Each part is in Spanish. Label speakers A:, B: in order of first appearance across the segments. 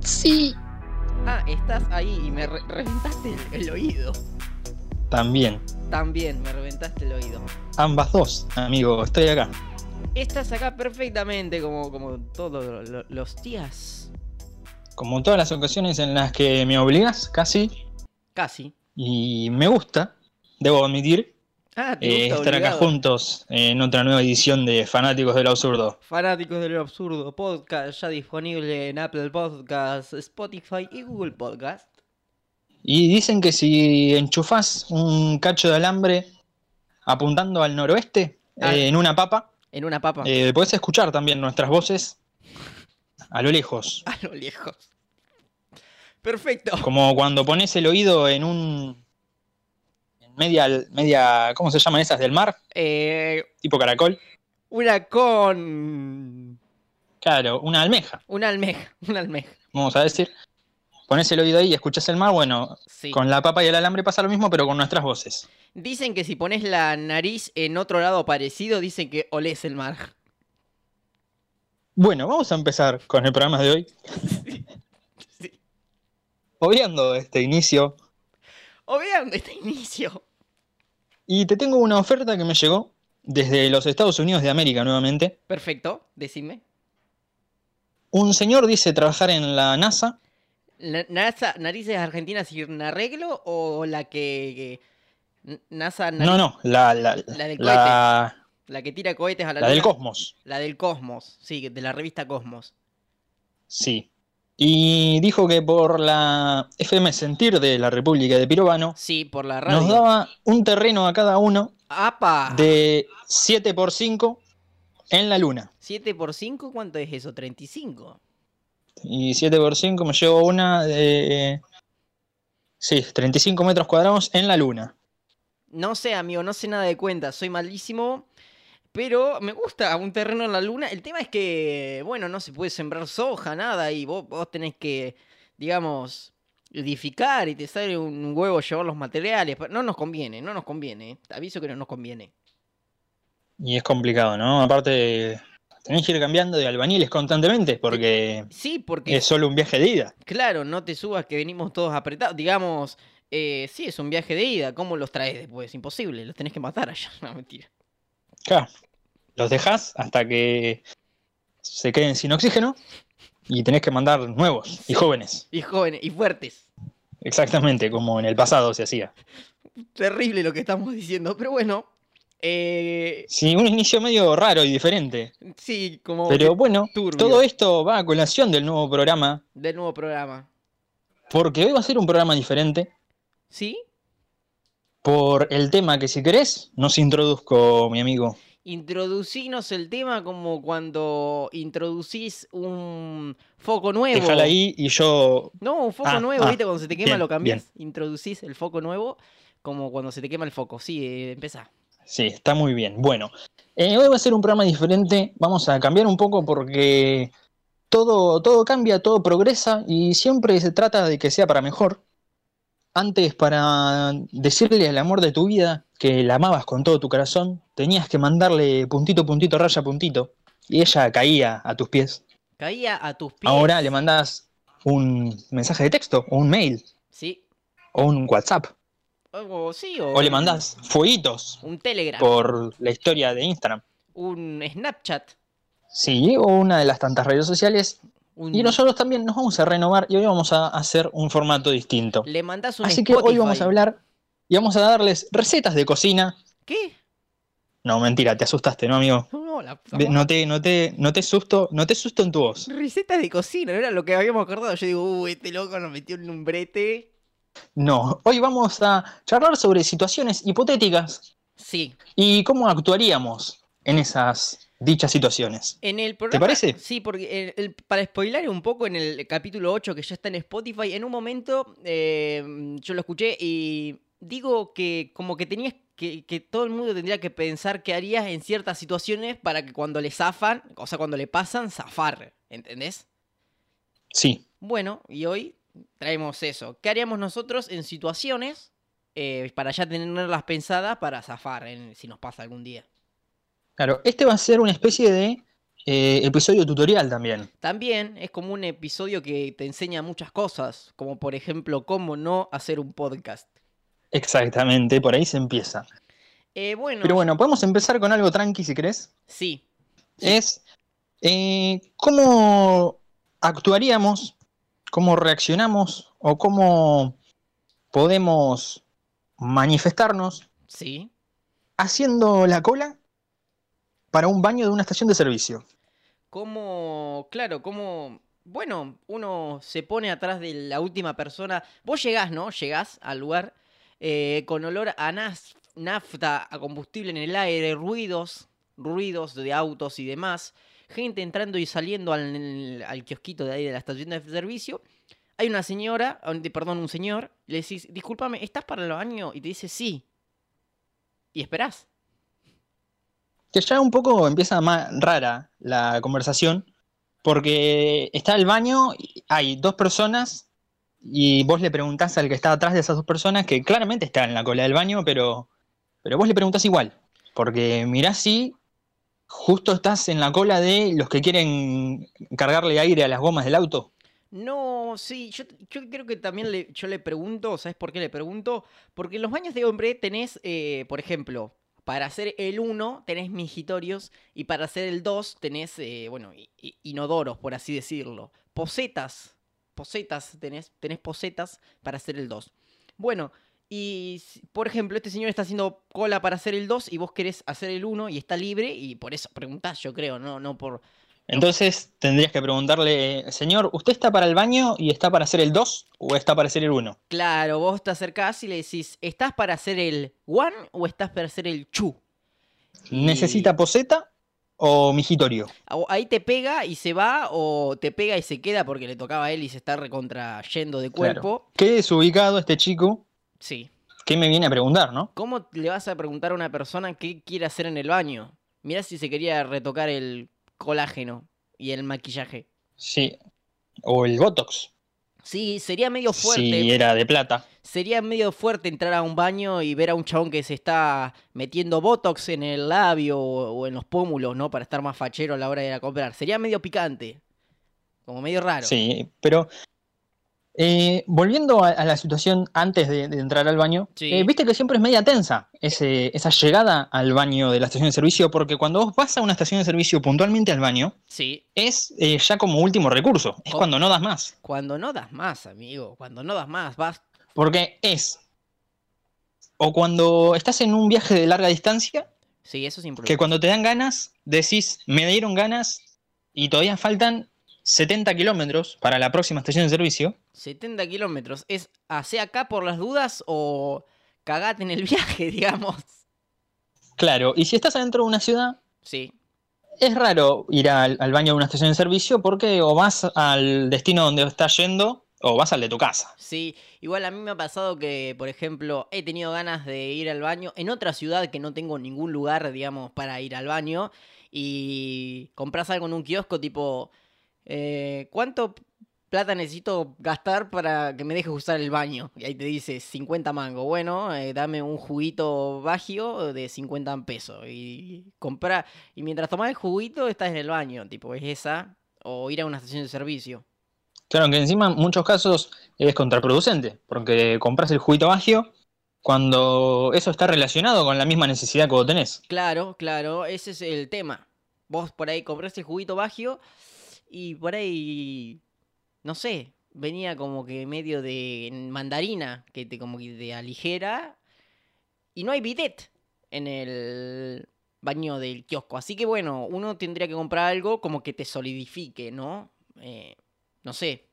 A: Sí.
B: Ah, estás ahí y me re- reventaste el- el oído.
C: También.
B: También me reventaste el oído.
C: Ambas dos, amigo, estoy acá.
B: Estás acá perfectamente como, como todos lo- lo- los días.
C: Como todas las ocasiones en las que me obligas, casi,
B: Casi.
C: y me gusta, debo admitir,
B: Ah, te
C: eh,
B: gusta
C: estar acá
B: obligado.
C: juntos en otra nueva edición de Fanáticos del Absurdo.
B: Fanáticos del absurdo podcast ya disponible en Apple Podcasts, Spotify y Google Podcast.
C: Y dicen que si enchufás un cacho de alambre apuntando al noroeste
B: Ah.
C: eh, en una papa,
B: En una papa.
C: eh, podés escuchar también nuestras voces a lo lejos.
B: A lo lejos. Perfecto.
C: Como cuando pones el oído en un. en media. media ¿Cómo se llaman esas del mar?
B: Eh,
C: Tipo caracol.
B: una con...
C: Claro, una almeja,
B: Una almeja. Una almeja.
C: vamos a decir. Pones el oído ahí y escuchas el mar. Bueno,
B: Sí.
C: con la papa y el alambre pasa lo mismo, pero con nuestras voces.
B: Dicen que si pones la nariz en otro lado parecido, dicen que olés el mar.
C: Bueno, vamos a empezar con el programa de hoy.
B: Sí.
C: Obviando este inicio.
B: Obviando este inicio.
C: Y te tengo una oferta que me llegó desde los Estados Unidos de América nuevamente.
B: Perfecto, decime.
C: Un señor dice trabajar en la NASA.
B: Na- NASA, narices argentinas sin arreglo o la que, que- N- NASA nariz-
C: No, no, la, la,
B: La del
C: la-
B: la que tira cohetes a la
C: la del
B: luna?
C: cosmos.
B: La del Cosmos, sí, de la revista Cosmos.
C: Sí. Y dijo que por la FM Sentir de la República de Pirobano
B: Sí, por la radio.
C: nos daba un terreno a cada uno
B: ¡Apa!
C: de 7 por 5 en la luna.
B: ¿7 por 5 cuánto es eso? 35.
C: Y 7 por 5 me llevo una de... Sí, 35 metros cuadrados en la luna.
B: No sé, amigo, no sé nada de cuenta, soy malísimo. Pero me gusta un terreno en la luna. El tema es que, bueno, no se puede sembrar soja, nada, y vos, vos tenés que, digamos, edificar y te sale un huevo llevar los materiales. pero No nos conviene, no nos conviene. eh. Te aviso que no nos conviene.
C: Y es complicado, ¿no? Aparte, tenés que ir cambiando de albaniles constantemente porque
B: Sí, porque,
C: es solo un viaje de ida.
B: claro, no te subas que venimos todos apretados. Digamos, eh, sí, es un viaje de ida. ¿Cómo los traes después? Imposible, los tenés que matar allá. No, mentira.
C: Claro. Los dejás hasta que se queden sin oxígeno y tenés que mandar nuevos y jóvenes.
B: Y jóvenes, y fuertes.
C: Exactamente, como en el pasado se hacía.
B: Terrible lo que estamos diciendo, pero bueno. Eh,
C: Sí, un inicio medio raro y diferente.
B: Sí, como
C: Pero bueno,
B: Oh, turbio.
C: todo esto va a colación del nuevo programa,
B: del nuevo programa.
C: porque hoy va a ser un programa diferente
B: ¿Sí?
C: por el tema que si querés nos introduzco, mi amigo.
B: Introducinos el tema como cuando introducís un foco nuevo.
C: Déjala ahí y yo...
B: No, un foco
C: Ah,
B: nuevo,
C: ah,
B: ¿viste? Cuando se te quema
C: bien,
B: lo cambias. Introducís el foco nuevo como cuando se te quema el foco. Sí, eh, empezá.
C: Sí, está muy bien. Bueno, eh, hoy va a ser un programa diferente, vamos a cambiar un poco porque todo, todo cambia, todo progresa y siempre se trata de que sea para mejor. Antes, para decirle al amor de tu vida que la amabas con todo tu corazón, tenías que mandarle puntito, puntito, raya, puntito. Y ella caía a tus pies.
B: Caía a tus pies.
C: Ahora le mandás un mensaje de texto, o un mail,
B: Sí.
C: o un WhatsApp.
B: O, sí, o,
C: O le mandás fueguitos
B: un Telegram,
C: por la historia de Instagram.
B: un Snapchat,
C: Sí, o una de las tantas redes sociales.
B: un...
C: Y nosotros también nos vamos a renovar y hoy vamos a hacer un formato distinto.
B: le mandás un
C: Así que hoy vamos
B: Spotify.
C: a hablar y vamos a darles recetas de cocina.
B: ¿Qué?
C: No, mentira, te asustaste, ¿no, amigo?
B: No, no, la puta
C: Ve,
B: madre.
C: Noté, noté, noté susto, noté susto en tu voz.
B: Recetas de cocina, no era lo que habíamos acordado. Yo digo, uh, este loco nos metió en un brete.
C: No, hoy vamos a charlar sobre situaciones hipotéticas
B: Sí,
C: y cómo actuaríamos en esas dichas situaciones.
B: en el programa.
C: parece?
B: Sí, porque eh, el- el- para spoilar un poco en el capítulo 8 que ya está en Spotify, en un momento eh, yo lo escuché y digo que como que tenías que, que todo el mundo tendría que pensar qué harías en ciertas situaciones para que cuando le zafan, o sea, cuando le pasan, zafar. ¿Entendés?
C: Sí,
B: Bueno, y hoy traemos eso. ¿Qué haríamos nosotros en situaciones eh, para ya tenerlas pensadas para zafar en- si nos pasa algún día?
C: claro, este va a ser una especie de eh, episodio tutorial también.
B: También es como un episodio que te enseña muchas cosas, como por ejemplo cómo no hacer un podcast.
C: Exactamente, por ahí se empieza.
B: Eh, bueno,
C: Pero bueno, podemos empezar con algo tranqui si querés.
B: sí,
C: Es eh, cómo actuaríamos, cómo reaccionamos o cómo podemos manifestarnos
B: sí.
C: haciendo la cola para un baño de una estación de servicio.
B: Como, claro, como, bueno, uno se pone atrás de la última persona. Vos llegás, ¿no? Llegás al lugar eh, con olor a nas- nafta, a combustible en el aire, ruidos, ruidos de autos y demás. Gente entrando y saliendo al, al kiosquito de ahí de la estación de servicio. Hay una señora, un- perdón, un señor, le decís, discúlpame, ¿estás para el baño? Y te dice, sí. Y esperás.
C: Que ya un poco empieza más rara la conversación, porque está el baño, y hay dos personas, y vos le preguntás al que está atrás de esas dos personas, que claramente está en la cola del baño, pero, pero vos le preguntás igual, porque mirá si justo estás en la cola de los que quieren cargarle aire a las gomas del auto.
B: No, sí, yo, yo creo que también le, yo le pregunto, ¿sabes por qué le pregunto? Porque en los baños de hombre tenés, eh, por ejemplo, para hacer el 1 tenés mingitorios y para hacer el 2 tenés, eh, bueno, i- i- inodoros, por así decirlo. Posetas, posetas tenés, tenés posetas para hacer el 2. Bueno, y si- por ejemplo, este señor está haciendo cola para hacer el 2 y vos querés hacer el 1 y está libre y por eso preguntás, yo creo, no, no por...
C: Entonces tendrías que preguntarle, señor, ¿usted está para el baño y está para hacer el 2 o está para hacer el 1?
B: Claro, vos te acercás y le decís, ¿estás para hacer el one o estás para hacer el chu? Y-
C: ¿Necesita poseta o mijitorio?
B: a- Ahí te pega y se va o te pega y se queda porque le tocaba a él y se está recontra yendo de
C: Claro.
B: cuerpo.
C: Qué desubicado este chico
B: Sí.
C: que me viene a preguntar, ¿no?
B: ¿Cómo le vas a preguntar a una persona qué quiere hacer en el baño? Mirá si se quería retocar el colágeno y el maquillaje.
C: Sí. O el Botox.
B: Sí, sería medio fuerte.
C: Si era de plata.
B: Sería medio fuerte entrar a un baño y ver a un chabón que se está metiendo botox en el labio o, o en los pómulos, ¿no? Para estar más fachero a la hora de ir a comprar. Sería medio picante. Como medio raro.
C: Sí, pero. eh, volviendo a, a la situación antes de, de entrar al baño,
B: Sí.
C: eh, viste que siempre es media tensa ese- esa llegada al baño de la estación de servicio, porque cuando vos vas a una estación de servicio puntualmente al baño,
B: Sí.
C: es eh, ya como último recurso, es
B: Oh.
C: cuando no das más,
B: Cuando no das más, amigo. Cuando no das más, vas.
C: porque es o cuando estás en un viaje de larga distancia
B: Sí, eso es
C: que
B: imprudente.
C: cuando te dan ganas, decís, me dieron ganas y todavía faltan 70 kilómetros para la próxima estación de servicio.
B: 70 kilómetros. ¿Es hacia acá por las dudas o cagate en el viaje, digamos?
C: Claro, y si estás adentro de una ciudad,
B: Sí.
C: es raro ir al, al baño de una estación de servicio porque o vas al destino donde estás yendo o vas al de tu casa.
B: Sí, igual a mí me ha pasado que, por ejemplo, he tenido ganas de ir al baño en otra ciudad que no tengo ningún lugar, digamos, para ir al baño y compras algo en un kiosco tipo, eh, ¿cuánto plata necesito gastar para que me dejes usar el baño? Y ahí te dice 50 mango, bueno, eh, dame un juguito bagio de 50 pesos y compra y mientras tomás el juguito estás en el baño, tipo, es esa o ir a una estación de servicio.
C: Claro, que encima en muchos casos es contraproducente porque compras el juguito vacío cuando eso está relacionado con la misma necesidad que vos tenés.
B: Claro, claro, ese es el tema. Vos por ahí compraste el juguito bagio y por ahí, no sé, venía como que medio de mandarina, que te como que te aligera. Y no hay bidet en el baño del kiosco. Así que bueno, uno tendría que comprar algo como que te solidifique, ¿no? Eh, no sé,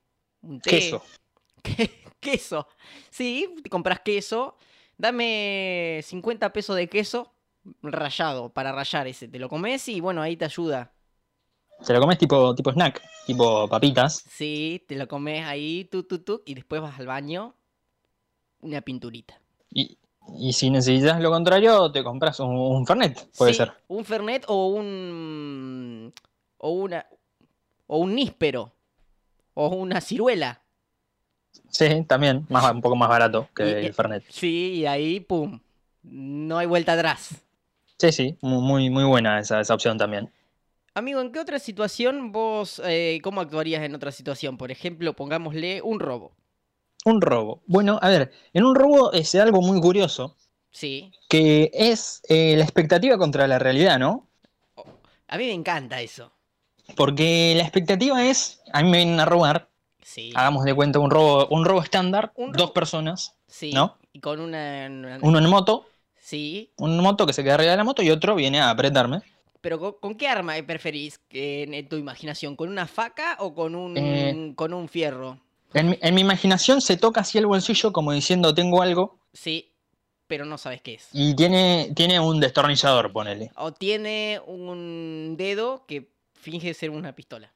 B: un té.
C: Queso.
B: Que- queso. Sí, te compras queso. Dame 50 pesos de queso rayado para rayar ese. Te lo comes y bueno, ahí te ayuda.
C: Te lo comes tipo, tipo snack, tipo papitas.
B: Sí, te lo comes ahí, tú, tú, tú, y después vas al baño. Una pinturita.
C: Y, y si necesitas lo contrario, te compras un, un Fernet, puede
B: Sí,
C: ser.
B: Un Fernet o un. O una. O un níspero. O una ciruela.
C: Sí, también, más, ba- un poco más barato que
B: Y- eh,
C: el Fernet.
B: Sí, y ahí, pum. No hay vuelta atrás.
C: Sí, sí, mu- muy, muy buena esa, esa opción también.
B: Amigo, ¿en qué otra situación vos, eh, cómo actuarías en otra situación? Por ejemplo, pongámosle un robo.
C: Un robo. Bueno, a ver, en un robo es algo muy curioso,
B: Sí.
C: que es eh, la expectativa contra la realidad, ¿no?
B: A mí me encanta eso.
C: Porque la expectativa es, a mí me vienen a robar,
B: Sí.
C: hagamos de cuenta un robo, un robo estándar,
B: Un
C: dos
B: robo-
C: personas,
B: sí.
C: ¿no?
B: Y con una, una-
C: uno en moto,
B: Sí.
C: un moto que se queda arriba de la moto y otro viene a apretarme.
B: Pero ¿con, con qué arma eh, preferís que en, en tu imaginación? ¿Con una faca o con un,
C: Eh.
B: con un fierro?
C: En mi, en mi imaginación se toca así el bolsillo como diciendo tengo algo
B: Sí, pero no sabes qué es.
C: y tiene, tiene un destornillador, ponele.
B: O tiene un dedo que finge ser una pistola.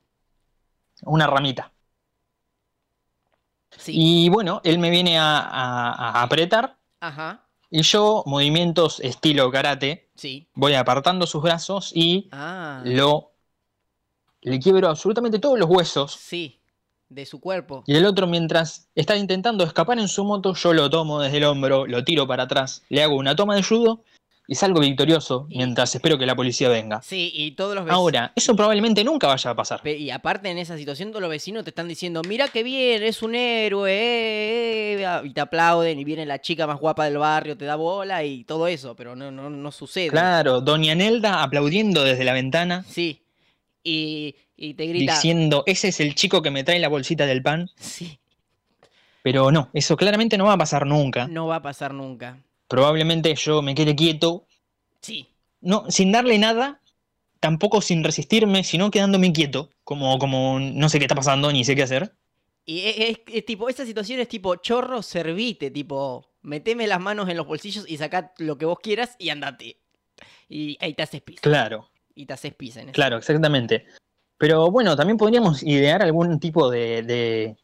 C: Una ramita.
B: Sí.
C: Y bueno, él me viene a, a- a apretar
B: Ajá.
C: y yo, movimientos estilo karate,
B: Sí.
C: voy apartando sus brazos y
B: Ah.
C: lo le quiebro absolutamente todos los huesos.
B: Sí. De su cuerpo.
C: Y el otro, mientras está intentando escapar en su moto, yo lo tomo desde el hombro, lo tiro para atrás, le hago una toma de judo y salgo victorioso
B: Y-
C: mientras espero que la policía venga.
B: Sí, y todos los vecinos.
C: Ahora, eso probablemente nunca vaya a pasar.
B: Pe- Y aparte en esa situación todos los vecinos te están diciendo, mira qué bien, es un héroe, eh, eh", y te aplauden y viene la chica más guapa del barrio, te da bola y todo eso, pero no, no, no sucede.
C: Claro, Doña Nelda aplaudiendo desde la ventana,
B: Sí. Y, y te grita.
C: diciendo, ese es el chico que me trae la bolsita del pan.
B: Sí,
C: Pero no, eso claramente no va a pasar nunca.
B: no va a pasar nunca.
C: Probablemente yo me quede quieto,
B: Sí.
C: no, sin darle nada, tampoco sin resistirme, sino quedándome quieto, como, como no sé qué está pasando ni sé qué hacer.
B: Y e- e- es, es tipo, esa situación es tipo, chorro, servite, tipo, meteme las manos en los bolsillos y sacá lo que vos quieras y andate. Y ahí te haces pis.
C: Claro,
B: Y te haces pis en eso.
C: claro, exactamente. Pero bueno, también podríamos idear algún tipo de, de-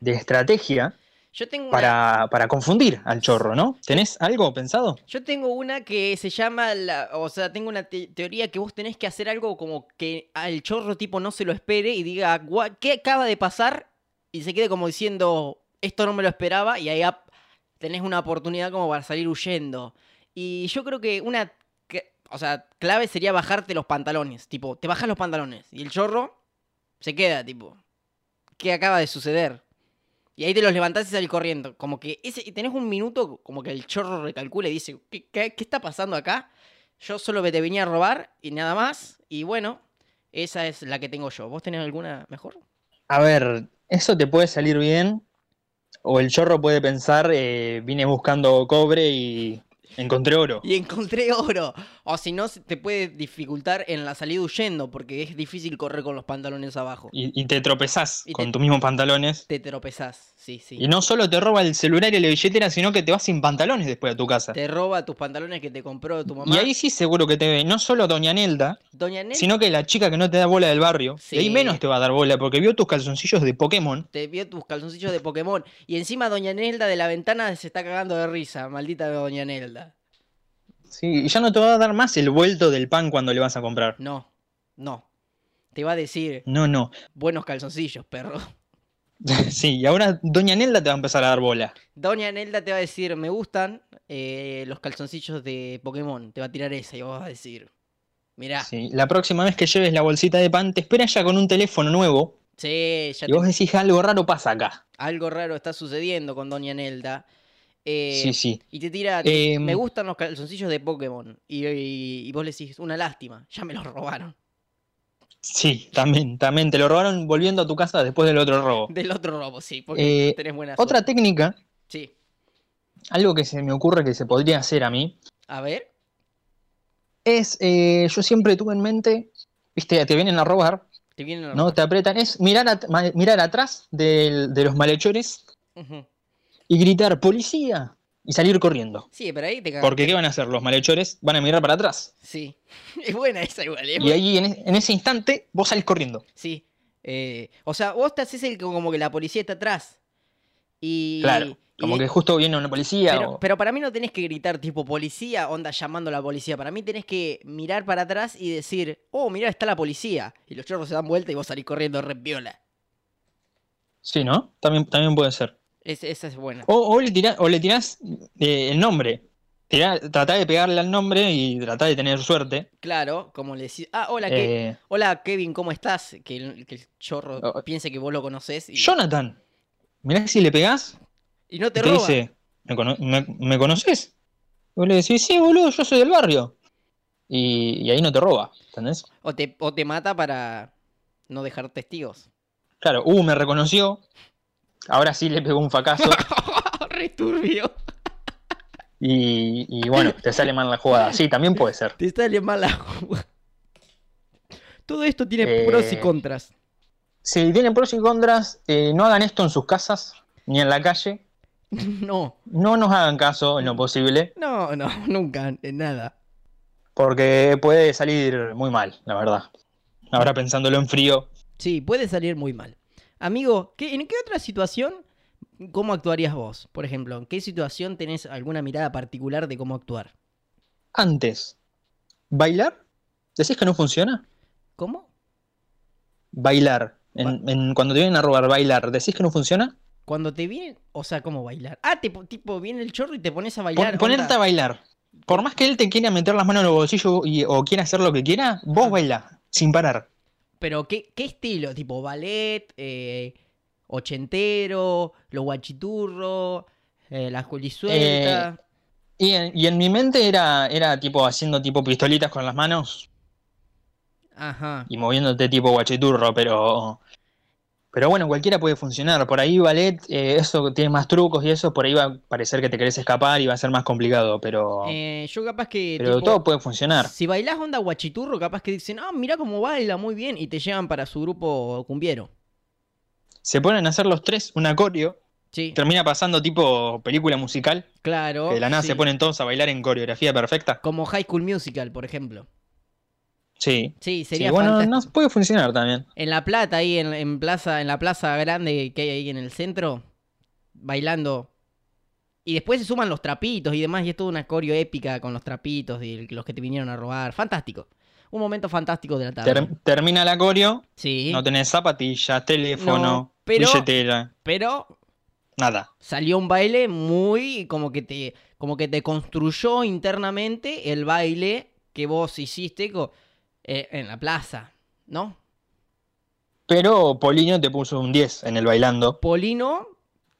C: de estrategia
B: Yo tengo una-
C: para, para confundir al chorro, ¿no? ¿Tenés algo pensado?
B: Yo tengo una que se llama, la, o sea, tengo una te- teoría que vos tenés que hacer algo como que al chorro tipo no se lo espere y diga, "Gua- ¿qué acaba de pasar? Y se quede como diciendo, esto no me lo esperaba y ahí ap- tenés una oportunidad como para salir huyendo. Y yo creo que una, que- o sea, clave sería bajarte los pantalones, tipo, te bajas los pantalones y el chorro se queda, tipo, ¿qué acaba de suceder? Y ahí te los levantás y salís corriendo. Como que ese, y tenés un minuto, como que el chorro recalcula y dice, ¿qué, qué, qué está pasando acá? Yo solo te venía a robar y nada más. Y bueno, esa es la que tengo yo. ¿Vos tenés alguna mejor?
C: A ver, eso te puede salir bien. O el chorro puede pensar, eh, vine buscando cobre y encontré oro.
B: Y encontré oro. O si no, se te puede dificultar en la salida huyendo, porque es difícil correr con los pantalones abajo.
C: Y, y te tropezás
B: Y
C: con
B: te-
C: tus mismos pantalones.
B: Te tropezás, sí, sí.
C: Y no solo te roba el celular y la billetera, sino que te vas sin pantalones después a tu casa.
B: Te roba tus pantalones que te compró tu mamá.
C: Y ahí sí seguro que te ve, no solo Doña Nelda,
B: Doña Nelly
C: sino que la chica que no te da bola del barrio. Y
B: Sí.
C: ahí menos te va a dar bola porque vio tus calzoncillos de Pokémon.
B: te vio tus calzoncillos de Pokémon. Y encima Doña Nelda de la ventana se está cagando de risa. Maldita Doña Nelda.
C: Sí, y ya no te va a dar más el vuelto del pan cuando le vas a comprar.
B: No, no. Te va a decir
C: No, no.
B: buenos calzoncillos, perro.
C: Sí, y ahora Doña Nelda te va a empezar a dar bola.
B: Doña Nelda te va a decir, me gustan eh, los calzoncillos de Pokémon. Te va a tirar esa y vos vas a decir, mirá, sí,
C: Sí, la próxima vez que lleves la bolsita de pan, te espera ya con un teléfono nuevo.
B: ya
C: Y vos
B: te-
C: decís algo raro pasa acá.
B: algo raro está sucediendo con Doña Nelda. Eh,
C: Sí, sí.
B: Y te tira,
C: Eh,
B: me gustan los calzoncillos de Pokémon. Y, y- y vos le decís, una lástima, ya me los robaron.
C: Sí, también, también. Te lo robaron volviendo a tu casa después del otro robo.
B: Del otro robo, sí, porque
C: Eh,
B: tenés buena
C: Otra
B: suerte.
C: técnica,
B: Sí,
C: algo que se me ocurre que se podría hacer a mí,
B: a ver,
C: es, eh, yo siempre tuve en mente, viste, te vienen a robar,
B: te vienen los
C: no te apretan, es mirar, at- ma- mirar atrás del- de los malhechores
B: Ujú.
C: y gritar, policía, y salir corriendo.
B: Sí, pero ahí te cagas.
C: Porque ¿qué van a hacer? Los malhechores van a mirar para atrás.
B: Sí. Es buena esa igual, es
C: Y
B: buena.
C: ahí en, e- en ese instante vos salís corriendo.
B: Sí. Eh, o sea, vos te haces el que como que la policía está atrás. Y.
C: Claro.
B: y
C: Como
B: de-
C: que justo viene una policía.
B: Pero,
C: o-
B: pero para mí no tenés que gritar tipo policía, onda llamando a la policía. Para mí tenés que mirar para atrás y decir, oh, mirá, está la policía. Y los chorros se dan vuelta y vos salís corriendo re viola.
C: Sí, ¿no? También, también puede ser.
B: Es- esa es buena.
C: O, o le tirás, o le tirás, eh, el nombre. Tirá- tratá de pegarle al nombre y tratá de tener suerte.
B: Claro, como le decís. Ah, hola, Ke-
C: Eh,
B: hola Kevin, ¿cómo estás? Que el, que el chorro
C: Oh.
B: piense que vos lo conocés y,
C: Jonathan, mirá si le pegás,
B: y no
C: y
B: te
C: te
B: roba.
C: dice, ¿me, cono- me- me conoces? Vos le decís, sí, boludo, yo soy del barrio. Y, y ahí no te roba, ¿entendés?
B: O, te, o te mata para no dejar testigos.
C: Claro, uh, me reconoció. Ahora sí le pegó un fracaso.
B: Returbio.
C: Y, y bueno, te sale mal la jugada. Sí, también puede ser.
B: Te sale mala jugada. Todo esto tiene pros y
C: Eh,
B: contras.
C: Si tienen pros y contras, eh, no hagan esto en sus casas ni en la calle.
B: No,
C: No nos hagan caso en lo posible,
B: no, no, nunca, en nada.
C: porque puede salir muy mal, la verdad. Ahora pensándolo en frío,
B: Sí, puede salir muy mal. Amigo, ¿qué- ¿en qué otra situación, cómo actuarías vos? Por ejemplo, ¿en qué situación tenés alguna mirada particular de cómo actuar?
C: antes, ¿bailar? ¿Decís que no funciona?
B: ¿Cómo?
C: Bailar. En, en- cuando te vienen a robar, bailar, ¿decís que no funciona?
B: Cuando te viene, o sea, ¿cómo bailar? Ah, te, po- tipo, viene el chorro y te pones a
C: Pon-
B: bailar.
C: ponerte a
B: onda.
C: bailar. Por más que él te quiera meter las manos en los bolsillos y- o quiera hacer lo que quiera,
B: Ah.
C: vos bailá, sin parar.
B: Pero, ¿qué, qué estilo? Tipo, ballet, eh, ochentero, los guachiturros, eh, la
C: Eh,
B: julisuelta.
C: Y en, y en mi mente era, era tipo haciendo tipo pistolitas con las manos
B: Ajá.
C: y moviéndote tipo guachiturro, pero. Pero bueno, cualquiera puede funcionar. Por ahí ballet, eh, eso tiene más trucos y eso, por ahí va a parecer que te querés escapar y va a ser más complicado, pero.
B: Eh, yo capaz que...
C: pero
B: tipo,
C: todo puede funcionar.
B: Si bailás onda guachiturro, capaz que dicen, ah, mira cómo baila, muy bien, y te llevan para su grupo cumbiero.
C: Se ponen a hacer los tres un acorio,
B: Sí,
C: termina pasando tipo película musical,
B: claro.
C: que de la nada
B: sí.
C: se ponen todos a bailar en coreografía perfecta.
B: Como High School Musical, por ejemplo.
C: Sí.
B: Sí,
C: Sí,
B: sería
C: bueno,
B: fantástico.
C: no puede funcionar también.
B: En La Plata, ahí en, en plaza, en la plaza grande que hay ahí en el centro, bailando. Y después se suman los trapitos y demás, y es toda una coreo épica con los trapitos y los que te vinieron a robar. Fantástico. Un momento fantástico de la tarde.
C: Ter- termina el acorio,
B: sí.
C: no tenés zapatillas, teléfono,
B: No, pero-
C: billetera,
B: Pero
C: nada.
B: salió un baile muy como que te como que te construyó internamente el baile que vos hiciste co- eh, en la plaza, ¿no?
C: Pero Polino te puso un 10 en el bailando
B: Polino,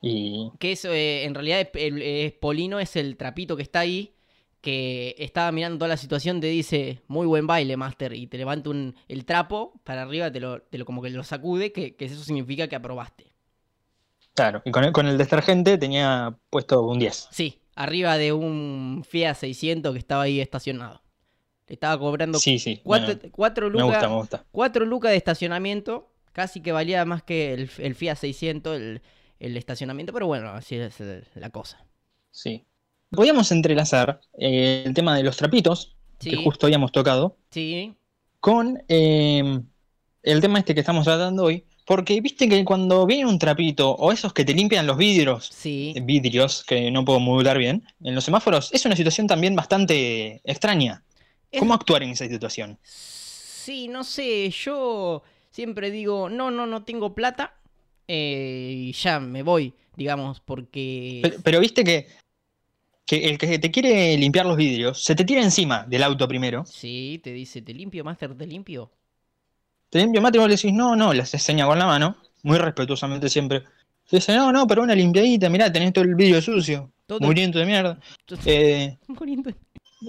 C: y
B: que es eh, en realidad es, el- es Polino es el trapito que está ahí que estaba mirando toda la situación te dice muy buen baile master y te levanta un, el trapo para arriba te lo, te lo como que lo sacude que, que eso significa que aprobaste.
C: claro, y con el, con el detergente tenía puesto un 10.
B: Sí, arriba de un Fiat 600 que estaba ahí estacionado. Le estaba cobrando
C: Sí, sí,
B: Cuatro,
C: bueno,
B: cuatro
C: me gusta, me
B: lucas
C: gusta.
B: cuatro lucas de estacionamiento. Casi que valía más que el, el Fiat 600 el, el estacionamiento. Pero bueno, así es eh, la cosa.
C: Sí. Podíamos entrelazar eh, el tema de los trapitos,
B: Sí,
C: que justo habíamos tocado,
B: sí.
C: con eh, el tema este que estamos tratando hoy, porque viste que cuando viene un trapito o esos que te limpian los vidrios
B: Sí,
C: vidrios que no puedo modular bien en los semáforos es una situación también bastante extraña.
B: Es-
C: ¿Cómo actuar en esa situación?
B: sí, no sé, yo siempre digo, no, no, no tengo plata eh, y ya me voy, digamos,
C: Pero,
B: porque...
C: pero viste que, que el que te quiere limpiar los vidrios se te tira encima del auto primero.
B: Sí, te dice, te limpio, Master, te limpio.
C: Te limpia mate y vos le decís, no, no, le haces seña con la mano, muy respetuosamente siempre. Te dice, no, no, pero una limpiadita, mirá, tenés todo el vidrio sucio,
B: Todo-
C: muriendo de mierda. Eh,
B: Muriendo.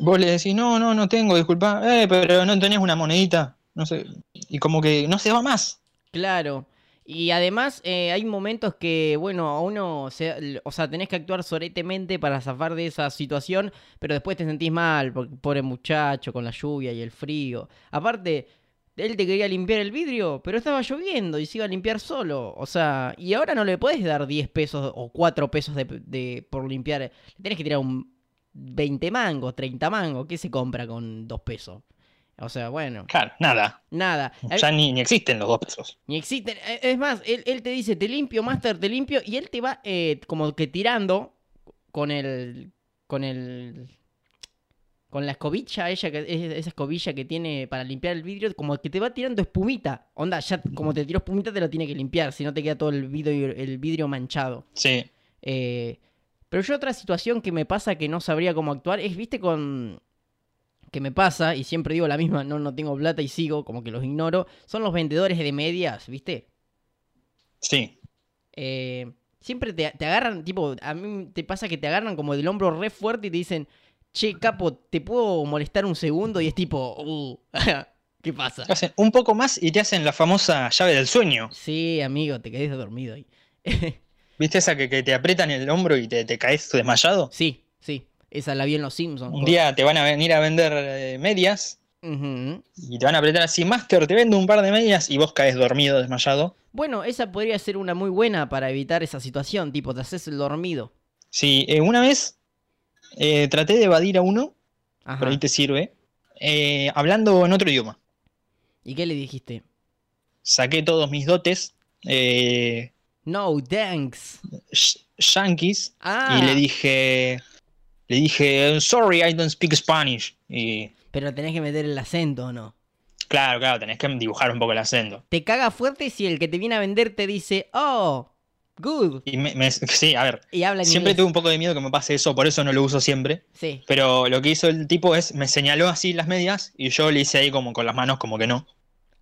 C: vos le decís, no, no, no tengo, disculpa, eh, pero no tenés una monedita, no sé. Y como que no se va más.
B: Claro. Y además eh, hay momentos que, bueno, a uno, se- l- o sea, tenés que actuar soretemente para zafar de esa situación, pero después te sentís mal, por- pobre muchacho, con la lluvia y el frío. Aparte, él te quería limpiar el vidrio, pero estaba lloviendo y se iba a limpiar solo. O sea, y ahora no le podés dar 10 pesos o 4 pesos de, de- por limpiar. Le tenés que tirar un 20 mangos, 30 mangos. ¿Qué se compra con 2 pesos? O sea, bueno,
C: Claro, nada,
B: nada.
C: ya ni, ni existen los dos pesos.
B: Ni existen. Eh, Es más, él, él te dice, te limpio, Master, te limpio. Y él te va eh, como que tirando con el. con el. con la escobilla, ella que, es- esa escobilla que tiene para limpiar el vidrio, como que te va tirando espumita. Onda, ya como te tiró espumita, te lo tiene que limpiar, si no te queda todo el vidrio, el vidrio manchado.
C: Sí.
B: Eh, Pero yo otra situación que me pasa que no sabría cómo actuar es, viste, con... que me pasa, y siempre digo la misma, no, no tengo plata y sigo, como que los ignoro, son los vendedores de medias, viste.
C: Sí.
B: Eh, siempre te, te agarran, tipo, a mí te pasa que te agarran como del hombro re fuerte y te dicen, che, capo, ¿te puedo molestar un segundo? Y es tipo, uh, ¿qué pasa?
C: Hacen un poco más y te hacen la famosa llave del sueño.
B: Sí, amigo, te quedés dormido ahí.
C: ¿Viste esa que, que te aprietan el hombro y te, te caes desmayado?
B: sí, sí, esa la vi en Los Simpsons.
C: Un día te van a venir a vender eh, medias
B: Ujú.
C: y te van a apretar así, Master, te vendo un par de medias y vos caes dormido, desmayado.
B: Bueno, esa podría ser una muy buena para evitar esa situación, tipo, te haces el dormido.
C: Sí, eh, una vez eh, traté de evadir a uno,
B: Ajá.
C: por ahí te sirve, eh, hablando en otro idioma.
B: ¿Y qué le dijiste?
C: Saqué todos mis dotes, eh,
B: No, thanks.
C: sh- yankees,
B: Ah,
C: y le dije, le dije, sorry, I don't speak Spanish. Y
B: pero tenés que meter el acento, ¿o no?
C: claro, claro, tenés que dibujar un poco el acento.
B: Te caga fuerte si el que te viene a vender te dice, oh, good,
C: Y me- me- sí, a ver,
B: y habla en
C: siempre tuve
B: inglés.
C: un poco de miedo que me pase eso, por eso no lo uso siempre.
B: Sí.
C: Pero lo que hizo el tipo es, me señaló así las medias y yo le hice ahí como con las manos como que no.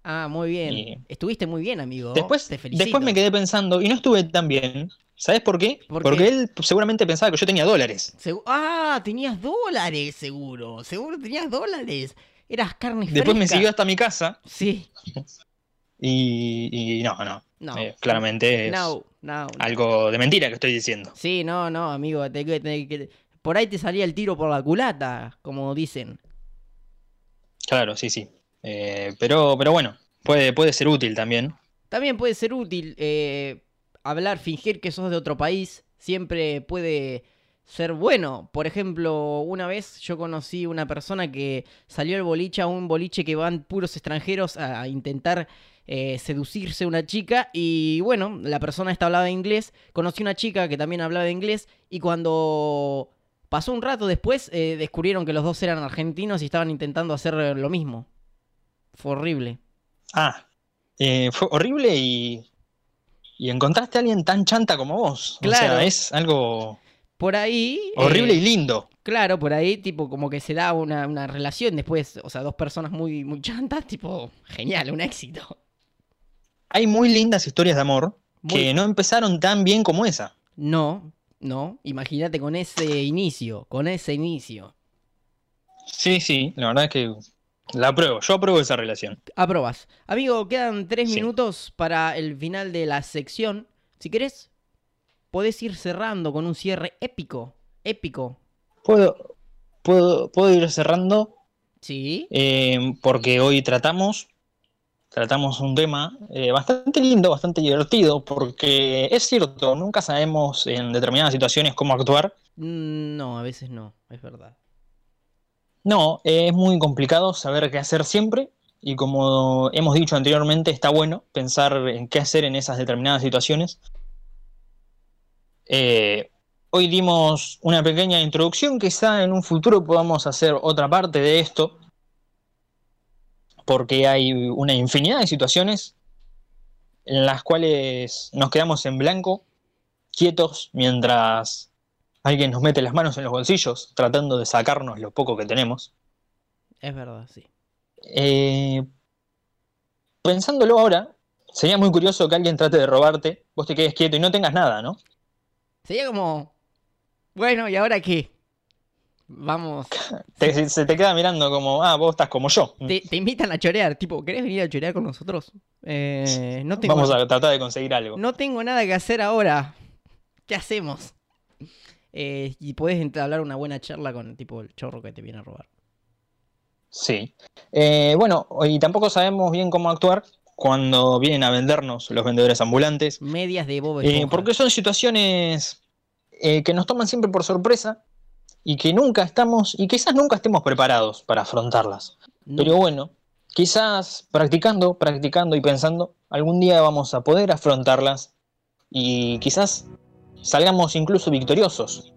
B: Ah, muy bien.
C: Y-
B: Estuviste muy bien, amigo.
C: Después,
B: Te felicito.
C: después me quedé pensando y no estuve tan bien. ¿Sabes por qué?
B: ¿Por
C: Porque
B: qué?
C: él seguramente pensaba que yo tenía dólares.
B: Segu- ah, tenías dólares, seguro. Seguro tenías dólares. Eras carne
C: Después me
B: fresca.
C: siguió hasta mi casa
B: Sí.
C: y, y no, no.
B: No.
C: Eh, claramente es
B: No, no, no.
C: algo de mentira que estoy diciendo.
B: Sí, no, no, amigo. te- que- te- que- por ahí te salía el tiro por la culata, como dicen.
C: Claro, sí, sí. Eh, pero, pero bueno, puede, puede ser útil también.
B: También puede ser útil eh, hablar, fingir que sos de otro país. Siempre puede ser bueno. Por ejemplo, una vez yo conocí una persona que salió al boliche, a un boliche que van puros extranjeros a, a intentar eh, seducirse una chica. Y bueno, la persona esta hablaba inglés. Conocí una chica que también hablaba inglés. Y cuando pasó un rato después, eh, descubrieron que los dos eran argentinos y estaban intentando hacer eh, lo mismo. Fue horrible.
C: Ah, eh, fue horrible y, y encontraste a alguien tan chanta como vos. O
B: Claro.
C: sea, es algo
B: Por ahí.
C: horrible
B: eh,
C: y lindo.
B: Claro, por ahí, tipo, como que se da una, una relación después, o sea, dos personas muy, muy chantas, tipo, genial, un éxito.
C: Hay muy lindas historias de amor
B: Muy-
C: que no empezaron tan bien como esa.
B: No, no, imagínate con ese inicio, con ese inicio.
C: Sí, sí, la verdad es que la apruebo. Yo apruebo esa relación.
B: Aprobas. Amigo, quedan tres
C: Sí.
B: minutos para el final de la sección. Si querés, podés ir cerrando con un cierre épico, épico.
C: Puedo, puedo, puedo ir cerrando
B: ¿Sí?
C: eh, porque hoy tratamos, tratamos un tema eh, bastante lindo, bastante divertido, porque es cierto, nunca sabemos en determinadas situaciones cómo actuar.
B: Mm, No, a veces no, es verdad.
C: No, eh, es muy complicado saber qué hacer siempre y como hemos dicho anteriormente, está bueno pensar en qué hacer en esas determinadas situaciones. Eh, hoy dimos una pequeña introducción, quizá en un futuro podamos hacer otra parte de esto, porque hay una infinidad de situaciones en las cuales nos quedamos en blanco, quietos, mientras alguien nos mete las manos en los bolsillos tratando de sacarnos lo poco que tenemos.
B: Es verdad, sí.
C: Eh, pensándolo ahora, sería muy curioso que alguien trate de robarte, vos te quedes quieto y no tengas nada, ¿no?
B: Sería como, bueno, ¿y ahora qué? Vamos.
C: Te- se- se te queda mirando como, ah, vos estás como yo.
B: Te, te invitan a chorear, tipo, ¿querés venir a chorear con nosotros? Eh, no, tengo,
C: Vamos a tratar de conseguir algo.
B: no tengo nada que hacer ahora. ¿Qué hacemos? Eh, y podés entablar una buena charla con tipo el chorro que te viene a robar.
C: Sí. Eh, bueno, y tampoco sabemos bien cómo actuar cuando vienen a vendernos los vendedores ambulantes.
B: Medias de Bob
C: Eh,
B: Esponja.
C: porque son situaciones eh, que nos toman siempre por sorpresa y que nunca estamos, y quizás nunca estemos preparados para afrontarlas.
B: No-
C: Pero bueno, quizás practicando, practicando y pensando, algún día vamos a poder afrontarlas y quizás salgamos incluso victoriosos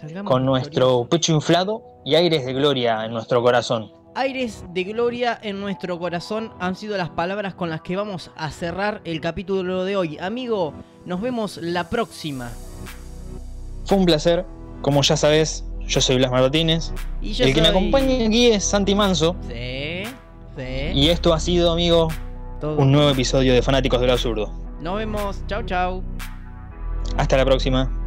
B: salgamos
C: con nuestro
B: victoriosos.
C: pecho inflado y aires de gloria en nuestro corazón.
B: Aires de gloria en nuestro corazón han sido las palabras con las que vamos a cerrar el capítulo de hoy. Amigo, nos vemos la próxima.
C: Fue un placer. Como ya sabes, yo soy Blas Martínez.
B: Y yo
C: El que me
B: soy-
C: acompaña aquí es Santi Manso.
B: Sí, sí.
C: Y esto ha sido, amigo,
B: todo.
C: un nuevo episodio de Fanáticos del Absurdo.
B: Nos vemos. Chau, chau.
C: Hasta la próxima.